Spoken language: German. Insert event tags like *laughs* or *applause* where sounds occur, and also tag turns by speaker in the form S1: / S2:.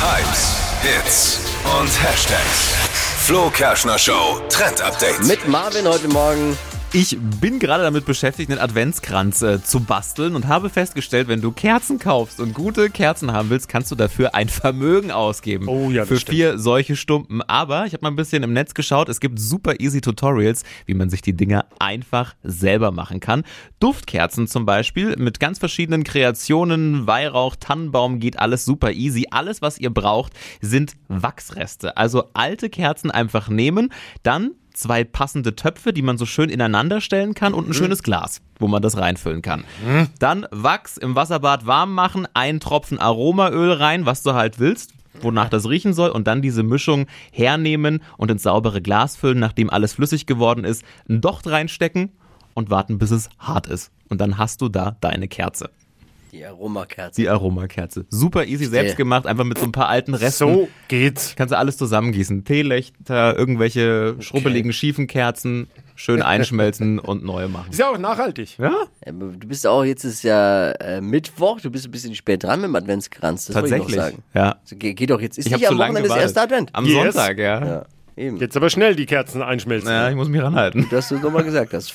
S1: Hypes, Hits und Hashtags. Flo Kerschner Show Trend Update.
S2: Mit Marvin heute Morgen.
S3: Ich bin gerade damit beschäftigt, einen Adventskranz äh, zu basteln und habe festgestellt, wenn du Kerzen kaufst und gute Kerzen haben willst, kannst du dafür ein Vermögen ausgeben.
S4: Oh ja, das
S3: Für
S4: stimmt.
S3: vier solche Stumpen. Aber ich habe mal ein bisschen im Netz geschaut. Es gibt super easy Tutorials, wie man sich die Dinger einfach selber machen kann. Duftkerzen zum Beispiel mit ganz verschiedenen Kreationen. Weihrauch, Tannenbaum geht alles super easy. Alles, was ihr braucht, sind Wachsreste. Also alte Kerzen einfach nehmen, dann zwei passende Töpfe, die man so schön ineinander stellen kann und ein schönes Glas, wo man das reinfüllen kann. Dann Wachs im Wasserbad warm machen, einen Tropfen Aromaöl rein, was du halt willst wonach das riechen soll und dann diese Mischung hernehmen und ins saubere Glas füllen, nachdem alles flüssig geworden ist, ein Docht reinstecken und warten, bis es hart ist. Und dann hast du da deine Kerze.
S2: Die Aromakerze.
S3: Die Aromakerze. Super easy selbst gemacht, einfach mit so ein paar alten Resten.
S4: So geht's.
S3: Kannst du alles zusammengießen. Teelichter, irgendwelche schrubbeligen, schiefen Kerzen,
S2: *laughs*
S3: schön einschmelzen und neue machen.
S4: Ist ja auch nachhaltig.
S3: Ja,
S2: Ähm, Du bist auch, jetzt ist ja äh, Mittwoch, du bist ein bisschen spät dran mit dem Adventskranz. Das wollte ich
S3: tatsächlich.
S2: noch sagen.
S3: Ja.
S2: Also, geh, geh doch jetzt. Ist
S3: Ich habe
S2: nicht
S3: zu
S2: am
S3: lange
S2: Wochenende das
S3: gewartet.
S2: erste Advent.
S3: Am
S4: Yes.
S3: Sonntag, ja.
S2: ja, eben.
S4: Jetzt aber schnell die Kerzen einschmelzen.
S3: Ja, ich muss mich ranhalten.
S2: Dass du es nochmal gesagt hast.